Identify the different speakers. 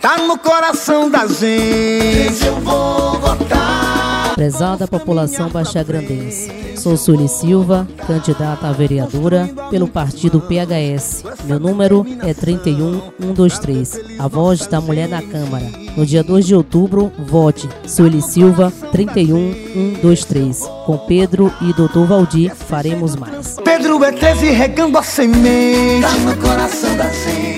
Speaker 1: Tá no coração da gente. Eu vou votar.
Speaker 2: Prezada população baixa grandense, sou Suri Silva, candidata a vereadora pelo partido PHS. Meu número é 31123, a voz da mulher na Câmara. No dia 2 de outubro, vote Sueli Silva 31123. Com Pedro e Dr. Valdir faremos mais.
Speaker 1: Pedro é 13 regando a semente. Tá no coração da gente.